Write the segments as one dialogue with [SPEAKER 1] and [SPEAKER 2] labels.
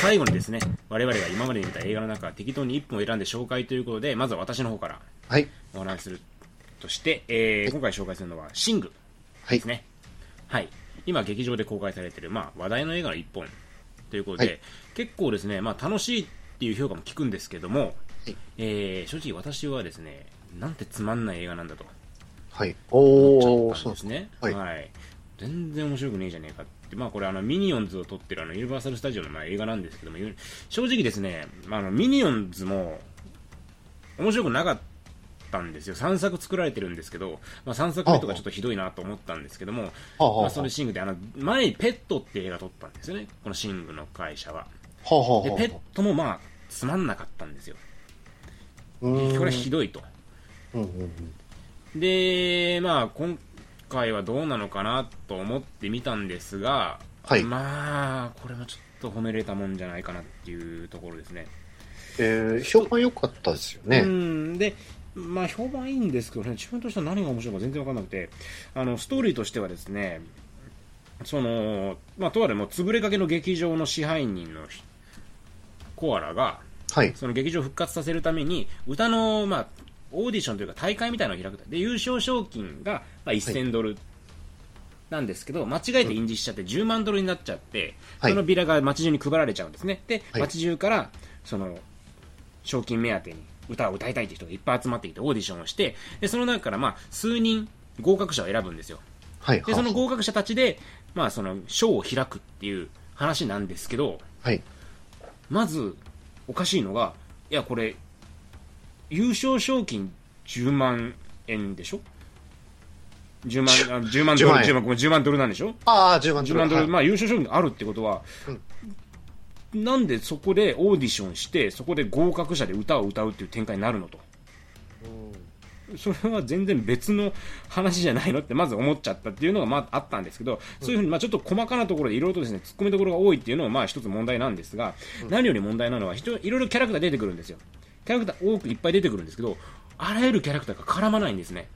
[SPEAKER 1] 最後にですね、我々が今までに見た映画の中、適当に1本を選んで紹介ということで、まずは私の方から
[SPEAKER 2] はい。
[SPEAKER 1] お話しするとして、えー今回紹介するのは、シング
[SPEAKER 2] はい
[SPEAKER 1] です。ね。はい。今、劇場で公開されている、まあ、話題の映画の1本ということで、
[SPEAKER 2] はい
[SPEAKER 1] 結構ですね、まあ、楽しいっていう評価も聞くんですけども、
[SPEAKER 2] い
[SPEAKER 1] えー正直私はですね、なんてつまんない映画なんだと
[SPEAKER 2] はい。
[SPEAKER 1] 思
[SPEAKER 2] お
[SPEAKER 1] っ
[SPEAKER 2] ー、
[SPEAKER 1] ちゃった
[SPEAKER 2] そ
[SPEAKER 1] ん
[SPEAKER 2] う
[SPEAKER 1] ですね。
[SPEAKER 2] はい
[SPEAKER 1] 全然面白くねえじゃねえかって、まあ、これあのミニオンズを撮ってるあのユニバーサル・スタジオのまあ映画なんですけどもゆ正直ですね、まあ、あのミニオンズも面白くなかったんですよ3作作られてるんですけど、まあ、3作目とかちょっとひどいなと思ったんですけども、
[SPEAKER 2] はあはあ
[SPEAKER 1] まあ、それシングであの前に「ペット」って映画撮ったんですよねこのシングの会社は
[SPEAKER 2] はあはあ
[SPEAKER 1] で
[SPEAKER 2] はあ
[SPEAKER 1] ペットもまあつまんなかったんですよ
[SPEAKER 2] うーん
[SPEAKER 1] これはひどいと
[SPEAKER 2] うんうんうん
[SPEAKER 1] で、まあ、今回はどうなのかなと思ってみたんですが、
[SPEAKER 2] はい
[SPEAKER 1] まあ、これもちょっと褒めれたもんじゃないかなっていうところですね。
[SPEAKER 2] えー、評判良かったですよね。
[SPEAKER 1] うんで、まあ、評判いいんですけどね、自分としては何が面白いか全然わかんなくて、あのストーリーとしてはですね、そのまあ、とあるもう潰れかけの劇場の支配人のひコアラが、
[SPEAKER 2] はい。
[SPEAKER 1] その劇場を復活させるために歌の、まあ、オーディションというか大会みたいなのを開くとで優勝賞金が、まあ、1000ドルなんですけど、間違えて印字しちゃって10万ドルになっちゃって、
[SPEAKER 2] はい
[SPEAKER 1] そのビラが街中に配られちゃうんですねで、
[SPEAKER 2] はい
[SPEAKER 1] 街中からその賞金目当てに歌を歌いたいという人がいっぱい集まってきてオーディションをしてでその中から、まあ、数人合格者を選ぶんですよ
[SPEAKER 2] はい。
[SPEAKER 1] でその
[SPEAKER 2] は
[SPEAKER 1] 合格者たちで、まあ、その賞を開くっていう話なんですけど
[SPEAKER 2] あはい。
[SPEAKER 1] まずおかしいのがいやこれ優勝賞金10万円でしょ10万あ10万ドル
[SPEAKER 2] 10万円
[SPEAKER 1] 10万ごめん10万ドルなんでしょ
[SPEAKER 2] ああ、10万ド
[SPEAKER 1] 10
[SPEAKER 2] ル。
[SPEAKER 1] 万ドル、
[SPEAKER 2] はい
[SPEAKER 1] まあ、優勝賞金があるってことは、なんでそこでオーディションしてそこで合格者で歌を歌うっていう展開になるのとそれは全然別の話じゃないのってまず思っちゃったっていうのがまああったんですけどそういうふうにまあちょっと細かなところでいろいろとですね突っ込みどころが多いっていうのもまあ一つ問題なんですが何より問題なのは非常にいろいろキャラクター出てくるんですよキャラクター多くいっぱい出てくるんですけどあらゆるキャラクターが絡まないんですね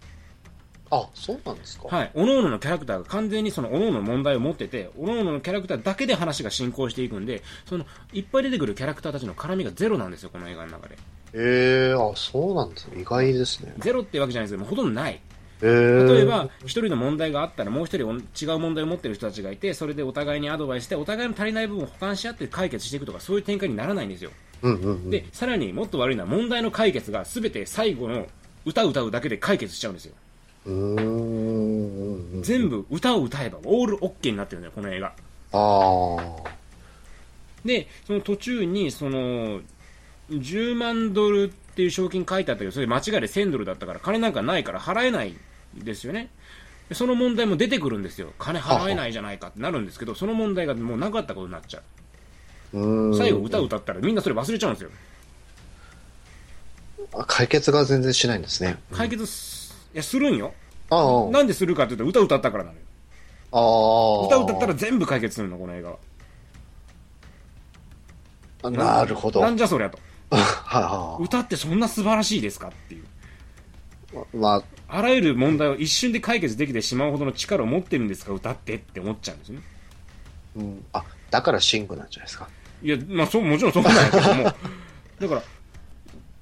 [SPEAKER 2] あ、そうなんですか。
[SPEAKER 1] はい、各々のキャラクターが完全にその各々の問題を持ってて各々のキャラクターだけで話が進行していくんでそのいっぱい出てくるキャラクターたちの絡みがゼロなんですよこの映画の中で
[SPEAKER 2] ええー、あ、そうなんですね。意外ですね。
[SPEAKER 1] ゼロってわけじゃないですけどもうほとんどない
[SPEAKER 2] えー、
[SPEAKER 1] 例えば、一人の問題があったらもう一人お違う問題を持ってる人たちがいてそれでお互いにアドバイスしてお互いの足りない部分を補完し合って解決していくとかそういう展開にならないんですよ
[SPEAKER 2] うんうんうん。
[SPEAKER 1] でさらにもっと悪いのは問題の解決が全て最後の歌を歌うだけで解決しちゃうんですよ
[SPEAKER 2] うーん。
[SPEAKER 1] 全部歌を歌えばオールオッケーになってるんだよこの映画
[SPEAKER 2] ああ。
[SPEAKER 1] でその途中にその10万ドルっていう賞金書いてあったけどそれ間違いで1000ドルだったから金なんかないから払えないんですよねでその問題も出てくるんですよ金払えないじゃないかってなるんですけどその問題がもうなかったことになっちゃ
[SPEAKER 2] うー。
[SPEAKER 1] うん最後歌を歌ったらみんなそれ忘れちゃうんですよ
[SPEAKER 2] あ解決が全然しないんですね。
[SPEAKER 1] 解決すいやするんよ
[SPEAKER 2] ああ。
[SPEAKER 1] なんでするかって言ったら歌歌ったからなのよ
[SPEAKER 2] ああ。
[SPEAKER 1] 歌歌ったら全部解決するのこの映画は
[SPEAKER 2] あなるほど。
[SPEAKER 1] なん
[SPEAKER 2] は
[SPEAKER 1] じゃそりゃと
[SPEAKER 2] あ は
[SPEAKER 1] 歌ってそんな素晴らしいですかっていう
[SPEAKER 2] あ。まあ、
[SPEAKER 1] あらゆる問題を一瞬で解決できてしまうほどの力を持ってるんですか歌ってって思っちゃうんですよね
[SPEAKER 2] うん。あ、だからシングなんじゃないですか。
[SPEAKER 1] いや、まあ、そうもちろんそうなんやけども、 だから、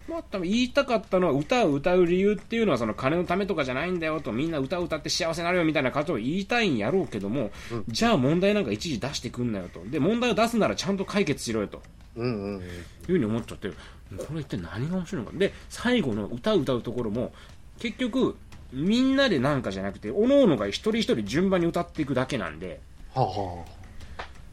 [SPEAKER 1] まあ、多分言いたかったのは、歌を歌う理由っていうのは、その金のためとかじゃないんだよと、みんな歌を歌って幸せになるよみたいなことを言いたいんやろうけども、じゃあ問題なんか一時出してくんなよと、で問題を出すならちゃんと解決しろよと。
[SPEAKER 2] うんうんうん。
[SPEAKER 1] いうふうに思っちゃってこれ一体何が面白いのかで最後の歌を歌うところも結局みんなでなんかじゃなくておののが一人一人順番に歌っていくだけなんで
[SPEAKER 2] はあは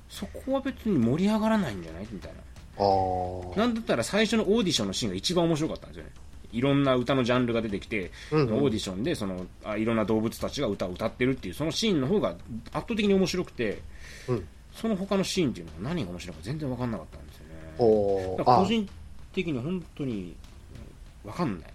[SPEAKER 1] そこは別に盛り上がらないんじゃないみたいな
[SPEAKER 2] あ。ああ。
[SPEAKER 1] なんだったら最初のオーディションのシーンが一番面白かったんですよね。いろんな歌のジャンルが出てきて、
[SPEAKER 2] うんうん
[SPEAKER 1] オーディションでそのあいろんな動物たちが歌を歌ってるっていうそのシーンの方が圧倒的に面白くて、
[SPEAKER 2] うん
[SPEAKER 1] その他のシーンっていうのが何が面白いか全然分かんなかったんですよね。
[SPEAKER 2] お
[SPEAKER 1] だ
[SPEAKER 2] ー
[SPEAKER 1] から
[SPEAKER 2] あ
[SPEAKER 1] 個人的に本当に分かんない。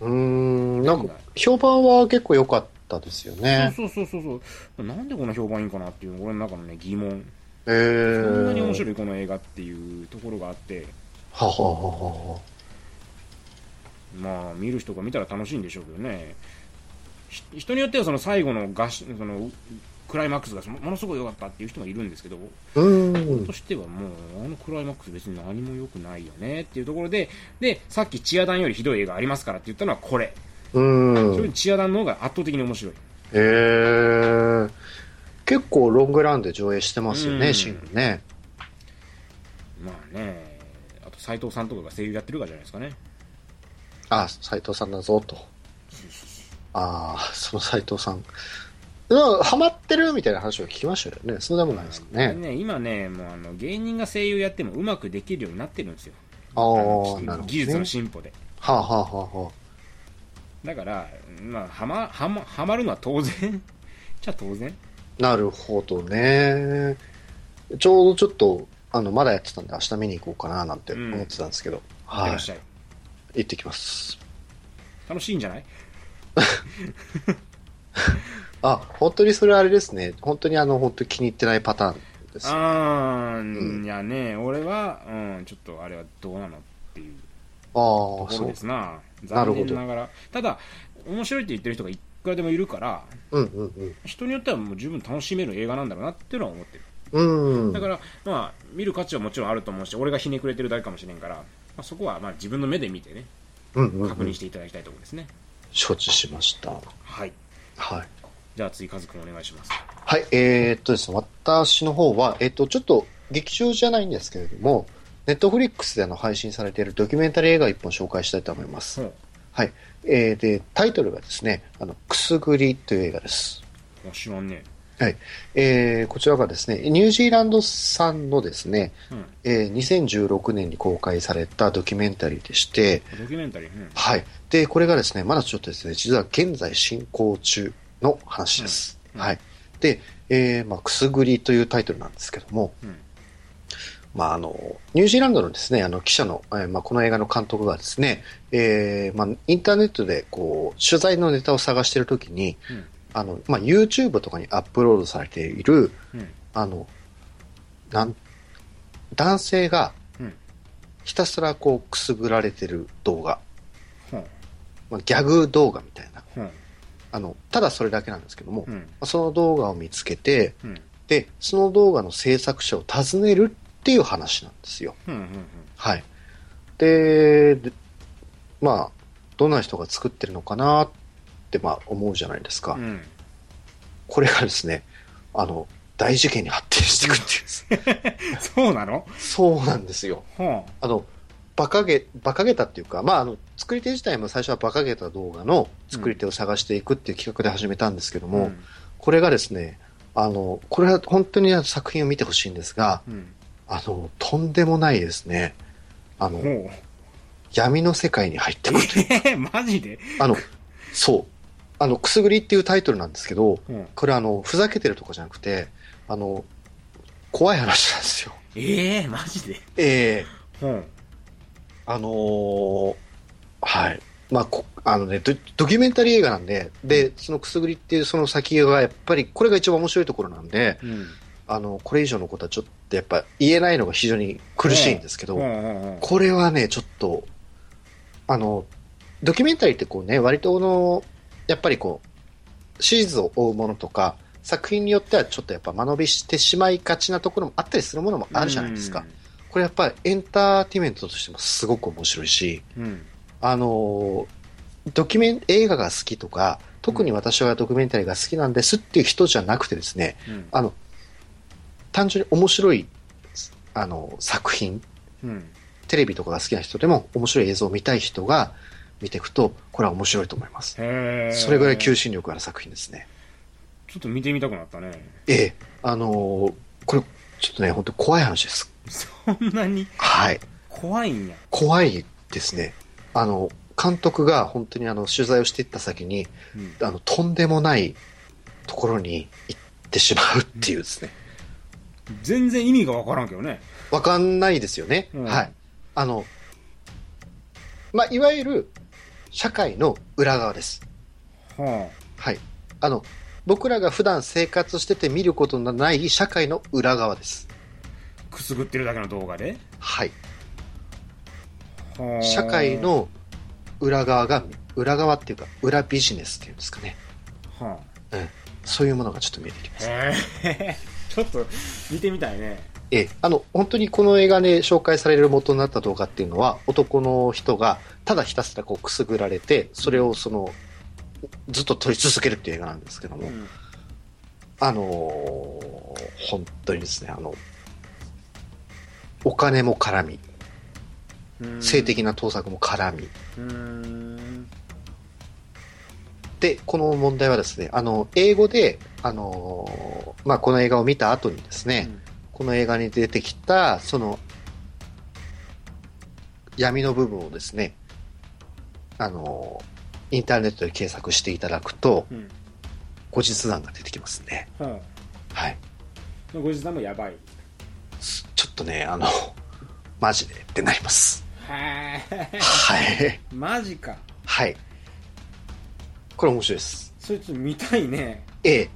[SPEAKER 2] うーん、なんか、評判は結構良かったですよね。
[SPEAKER 1] そうそうそうそうそう。なんでこんな評判いいんかなっていう俺の中のね疑問。
[SPEAKER 2] えー、
[SPEAKER 1] そんなに面
[SPEAKER 2] い。
[SPEAKER 1] 白いこの映画っていうところがあって、
[SPEAKER 2] ははははは。
[SPEAKER 1] まあ見る人が見たら楽しいんでしょうけどねひ人によってはその最後の合唱そのクライマックスがものすごい良かったっていう人もいるんですけど、
[SPEAKER 2] うーん
[SPEAKER 1] と。してはもう、あのクライマックス別に何も良くないよねっていうところで、で、さっきチアダンよりひどい映画ありますからって言ったのはこれ。
[SPEAKER 2] う
[SPEAKER 1] それよ
[SPEAKER 2] ーん。
[SPEAKER 1] りチアダンの方が圧倒的に面白い。
[SPEAKER 2] へー。結構ロングランで上映してますよ
[SPEAKER 1] う
[SPEAKER 2] ね、
[SPEAKER 1] ん
[SPEAKER 2] シングね。
[SPEAKER 1] まあね、あと斎藤さんとかが声優やってるからじゃないですかね。
[SPEAKER 2] あ、斎藤さんだぞ、と。ああ、その斎藤さん。うんハマってるみたいな話を聞きましたよね。そうでもないですかね。
[SPEAKER 1] ね今ね、もうあの芸人が声優やってもうまくできるようになってるんですよ。
[SPEAKER 2] ああ
[SPEAKER 1] あの、
[SPEAKER 2] なるほどね。
[SPEAKER 1] 技術の進歩で。
[SPEAKER 2] はあ、はあはあはあ、
[SPEAKER 1] だから、まあ、はま、はま、はまるのは当然。 じゃあ当然。
[SPEAKER 2] なるほどね。ちょうどちょっと、あの、まだやってたんで明日見に行こうかななんて思ってたんですけど。
[SPEAKER 1] い
[SPEAKER 2] はい
[SPEAKER 1] らっ。しゃい。
[SPEAKER 2] 行ってきます。
[SPEAKER 1] 楽しいんじゃない
[SPEAKER 2] あ、本当にそれあれですね。本当にあの、本当に気に入ってないパターンです。
[SPEAKER 1] あー
[SPEAKER 2] うん
[SPEAKER 1] ん、いやね、俺は、うん、ちょっとあれはどうなのっていう
[SPEAKER 2] あ
[SPEAKER 1] とこ
[SPEAKER 2] あ、
[SPEAKER 1] ろ
[SPEAKER 2] そう
[SPEAKER 1] で。すな。
[SPEAKER 2] なる
[SPEAKER 1] 残
[SPEAKER 2] ほど
[SPEAKER 1] 念ながら。ただ、面白いって言ってる人がいくらでもいるから、
[SPEAKER 2] うんうん
[SPEAKER 1] 人によってはもう十分楽しめる映画なんだろうなっていうのは思ってる。
[SPEAKER 2] うん。うん。
[SPEAKER 1] だから、まあ、見る価値はもちろんあると思うし、俺がひねくれてるだけかもしれんから、まあ、そこはまあ自分の目で見てね、
[SPEAKER 2] うんうんうん
[SPEAKER 1] 確認していただきたいところですね。
[SPEAKER 2] 承知しました。
[SPEAKER 1] はい。
[SPEAKER 2] はい。
[SPEAKER 1] じゃあ、次、カズくんお願いします。
[SPEAKER 2] はい、えーっとですね、私の方は、えっと、ちょっと劇場じゃないんですけれども、ネットフリックスであの配信されているドキュメンタリー映画一本紹介したいと思います。
[SPEAKER 1] そう。
[SPEAKER 2] はい。えーで、タイトルがですね、あの、くすぐりという映画です。
[SPEAKER 1] もう知らんね。
[SPEAKER 2] はい。えーこちらがですね、ニュージーランド産のですね、
[SPEAKER 1] うん。
[SPEAKER 2] えー2016年に公開されたドキュメンタリーでして、
[SPEAKER 1] ドキュメンタリー、うん。
[SPEAKER 2] はい。で、これがですね、まだちょっとですね、実は現在進行中の話です。
[SPEAKER 1] うんうん
[SPEAKER 2] はい。で、えーまあ、くすぐりというタイトルなんですけども、
[SPEAKER 1] うん。
[SPEAKER 2] まあ、あの、ニュージーランドのですね、あの、記者の、えーまあ、この映画の監督がですね、えーまあ、インターネットで、こう、取材のネタを探しているときに、
[SPEAKER 1] うん。
[SPEAKER 2] あの、まあ、YouTube とかにアップロードされている、
[SPEAKER 1] うん。
[SPEAKER 2] あの、なん、男性が
[SPEAKER 1] うん。
[SPEAKER 2] ひたすらこう、くすぐられてる動画、
[SPEAKER 1] ほん。
[SPEAKER 2] まあ、ギャグ動画みたいな、
[SPEAKER 1] ほん。
[SPEAKER 2] あの、ただそれだけなんですけども、
[SPEAKER 1] う
[SPEAKER 2] ま
[SPEAKER 1] ん。
[SPEAKER 2] あその動画を見つけて、
[SPEAKER 1] うん。
[SPEAKER 2] で、その動画の制作者を訪ねるっていう話なんですよ。
[SPEAKER 1] うん。うん。
[SPEAKER 2] はい。で、でまあ、どんな人が作ってるのかなって、まあ、思うじゃないですか。
[SPEAKER 1] うん。うん。
[SPEAKER 2] これがですね、あの、大事件に発展していくってい う。
[SPEAKER 1] そうなの
[SPEAKER 2] そうなんですよ。
[SPEAKER 1] ほ
[SPEAKER 2] あの、馬鹿げ、馬鹿げたっていうか、まあ、あの、作り手自体も最初は馬鹿げた動画の作り手を探していくっていう企画で始めたんですけど
[SPEAKER 1] う。
[SPEAKER 2] も、
[SPEAKER 1] うん
[SPEAKER 2] これがですね、あの、これは本当にあの作品を見てほしいんですが、
[SPEAKER 1] うん。
[SPEAKER 2] あの、とんでもないですね。あ
[SPEAKER 1] ほ
[SPEAKER 2] の、
[SPEAKER 1] う。
[SPEAKER 2] 闇の世界に入 ってくるという。
[SPEAKER 1] え、マジで
[SPEAKER 2] あの、そう。あの、くすぐりっていうタイトルなんですけど、
[SPEAKER 1] うん。
[SPEAKER 2] これあの、ふざけてるとかじゃなくて、あの、怖い話なんですよ。
[SPEAKER 1] ええ、マジで
[SPEAKER 2] ええ
[SPEAKER 1] ほん。
[SPEAKER 2] あのーはい。まあ、こあのねド、ドキュメンタリー映画なんで、で、そのくすぐりっていうその先がやっぱり、これが一番面白いところなんで、
[SPEAKER 1] うん。
[SPEAKER 2] あの、これ以上のことはちょっとやっぱ言えないのが非常に苦しいんですけど、
[SPEAKER 1] ほんほんほん。
[SPEAKER 2] これはね、ちょっと、あの、ドキュメンタリーってこうね、割とあの、やっぱりこう、シリーズを追うものとか、作品によってはちょっとやっぱ間延びしてしまいがちなところもあったりするものもあるじゃないですか。これやっぱりエンターテイメントとしてもすごく面白いし、
[SPEAKER 1] うん。うん。
[SPEAKER 2] あの、ドキュメン、映画が好きとか、特に私はドキュメンタリーが好きなんですっていう人じゃなくてですね、
[SPEAKER 1] うん。
[SPEAKER 2] あの、単純に面白い、あの、作品
[SPEAKER 1] うん。
[SPEAKER 2] テレビとかが好きな人でも面白い映像を見たい人が見ていくと、これは面白いと思います。
[SPEAKER 1] へえ。
[SPEAKER 2] それぐらい求心力ある作品ですね。
[SPEAKER 1] ちょっと見てみたくなったね。
[SPEAKER 2] ええ、あのーこれ、ちょっとね、本当怖い話です。
[SPEAKER 1] そんなに
[SPEAKER 2] はい。
[SPEAKER 1] 怖いんや。
[SPEAKER 2] 怖いですね。あの、監督が本当にあの、取材をしていった先に、
[SPEAKER 1] うん
[SPEAKER 2] あの、とんでもないところに行ってしまうっていうですね。
[SPEAKER 1] 全然意味がわからんけどね。
[SPEAKER 2] わかんないですよね。
[SPEAKER 1] うん
[SPEAKER 2] はい。あの、まあ、いわゆる、社会の裏側です。
[SPEAKER 1] は
[SPEAKER 2] はい。あの、僕らが普段生活してて見ることのない社会の裏側です。
[SPEAKER 1] あ、くすぐってるだけの動画で。
[SPEAKER 2] はい。
[SPEAKER 1] はあ
[SPEAKER 2] 社会、の裏側が、裏側っていうか、裏ビジネスっていうんですかね。
[SPEAKER 1] はあ、
[SPEAKER 2] そういうものがちょっと見えてきます。
[SPEAKER 1] へえ ちょっと見てみたいね
[SPEAKER 2] ええ、あの、本当にこの映画で、紹介される元になった動画っていうのは、男の人が、ただひたすらこうくすぐられて、それをその、ずっと撮り続けるっていう映画なんですけども、
[SPEAKER 1] うん
[SPEAKER 2] あのー本当にですね、あの、お金も絡み、
[SPEAKER 1] うん
[SPEAKER 2] 性的な盗作も絡み、
[SPEAKER 1] うーん
[SPEAKER 2] で、この問題はですね、あの、英語で、あのーまあ、この映画を見た後にですね、この映画に出てきた、その、闇の部分をですね、あの、インターネットで検索していただくと、
[SPEAKER 1] うんうん
[SPEAKER 2] 後日談が出てきますね。
[SPEAKER 1] は
[SPEAKER 2] はい。
[SPEAKER 1] いご自談もやばい
[SPEAKER 2] すちょっとね、あの、マジでってなります。
[SPEAKER 1] へえ
[SPEAKER 2] はい。
[SPEAKER 1] マジか
[SPEAKER 2] はい。これ面白いです。
[SPEAKER 1] そいつ見たいね
[SPEAKER 2] ええ。
[SPEAKER 1] う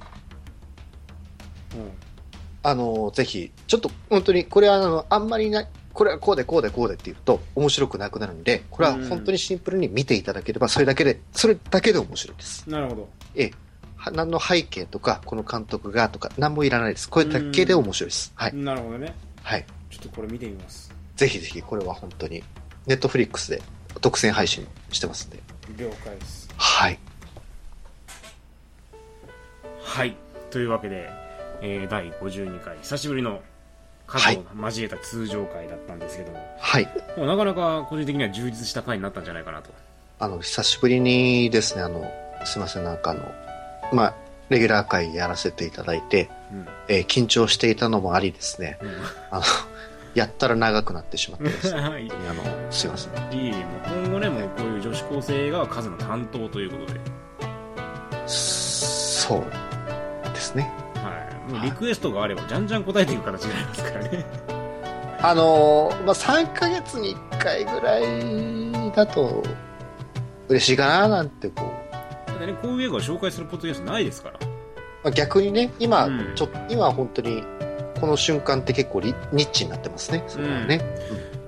[SPEAKER 2] あの、ぜひ、ちょっと本当に、これはあの、あんまりな、これはこうでこうでこうでって言うと面白くなくなるんで、これは本当にシンプルに見ていただければ、それだけで、それだけで面白いです。
[SPEAKER 1] んなるほど
[SPEAKER 2] ええ、は何の背景とか、この監督がとか、何もいらないです。これだけで面白いです。はい。
[SPEAKER 1] なるほどね
[SPEAKER 2] はい。
[SPEAKER 1] ちょっとこれ見てみます
[SPEAKER 2] ぜひぜひ、これは本当に、ネットフリックスで独占配信してますんで。
[SPEAKER 1] 了解です
[SPEAKER 2] はい。
[SPEAKER 1] はいというわけで、えー、第52回久しぶりの数を交えた通常回だったんですけども、
[SPEAKER 2] はい。
[SPEAKER 1] でもなかなか個人的には充実した回になったんじゃないかなと
[SPEAKER 2] あの、久しぶりにですね、あの、すいません、なんかあの、まあ、レギュラー会やらせていただいて、
[SPEAKER 1] うん
[SPEAKER 2] えー緊張していたのもありですね、
[SPEAKER 1] うん
[SPEAKER 2] あの、やったら長くなってしまってで すね、
[SPEAKER 1] い
[SPEAKER 2] 本当にあの、すいません。
[SPEAKER 1] いいもう今後ねもうこういう女子高生映画は数の担当ということで、
[SPEAKER 2] そうですね。
[SPEAKER 1] はい、もうリクエストがあればじゃんじゃん答えていく形になりますからね
[SPEAKER 2] あのーまあ、3ヶ月に1回ぐらいだと嬉しいかななんてこう、
[SPEAKER 1] だってねこういう映画を紹介するポッドキャストないですから
[SPEAKER 2] まあ、逆にね今
[SPEAKER 1] うん
[SPEAKER 2] ちょっと、今本当にこの瞬間って結構リニッチになってますねそれはね、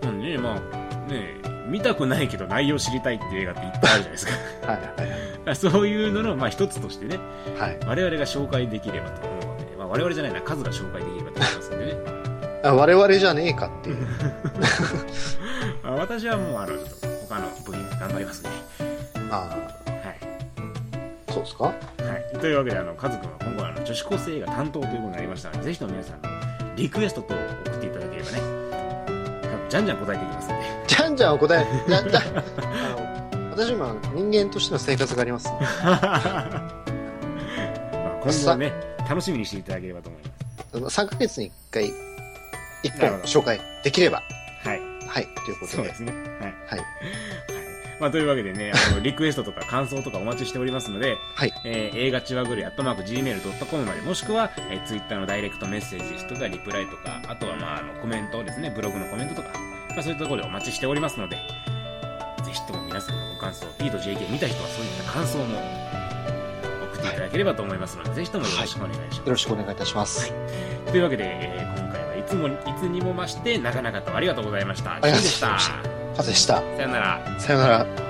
[SPEAKER 1] なんでねまあね見たくないけど内容知りたいっていう映画っていっぱいあるじゃないですか だ
[SPEAKER 2] はいはい
[SPEAKER 1] からそういうののまあ一つとしてね
[SPEAKER 2] はい
[SPEAKER 1] 我々が紹介できればと思うわけで、まあ、我々じゃないな数が紹介できればと思いますんでね
[SPEAKER 2] あ我々じゃねえかっていう
[SPEAKER 1] あ私はもうあのちょっと他の部品頑張りますね
[SPEAKER 2] あ
[SPEAKER 1] はい
[SPEAKER 2] あそうですか
[SPEAKER 1] はい、というわけであのカズ君は今後はあの女子高生映画担当ということになりましたのでぜひとも皆さんリクエストと送っていただければねじゃんじゃん答えていきますんで
[SPEAKER 2] じゃんじゃんお答えやったあの私今人間としての生活がありますんで
[SPEAKER 1] まあ今後ね楽しみにしていただければと思いま
[SPEAKER 2] あの3ヶ月に1回1
[SPEAKER 1] なる
[SPEAKER 2] 本
[SPEAKER 1] ほど
[SPEAKER 2] 紹介できれば
[SPEAKER 1] すはい
[SPEAKER 2] はいということ
[SPEAKER 1] そう
[SPEAKER 2] で
[SPEAKER 1] ですねはい、
[SPEAKER 2] はい
[SPEAKER 1] まあ、というわけでね あのリクエストとか感想とかお待ちしておりますので、
[SPEAKER 2] はい
[SPEAKER 1] えー映画チワグルアットマーク Gmail.com までもしくは、えー、Twitter のダイレクトメッセージですとかリプライとかあとは、まあ、あのコメントですねブログのコメントとか、まあ、そういったところでお待ちしておりますのでぜひとも皆さんのご感想 P と JK 見た人はそういった感想も送っていただければと思いますので、ぜひともよろしくお願いします、
[SPEAKER 2] よろしくお願いいたします、
[SPEAKER 1] というわけで、えー今回はいつもいつにも増して長々とありがとうございました。
[SPEAKER 2] り
[SPEAKER 1] ジ
[SPEAKER 2] がとうご
[SPEAKER 1] ンでし
[SPEAKER 2] ざいま
[SPEAKER 1] た
[SPEAKER 2] した。カズでした。
[SPEAKER 1] さよなら。
[SPEAKER 2] さよなら。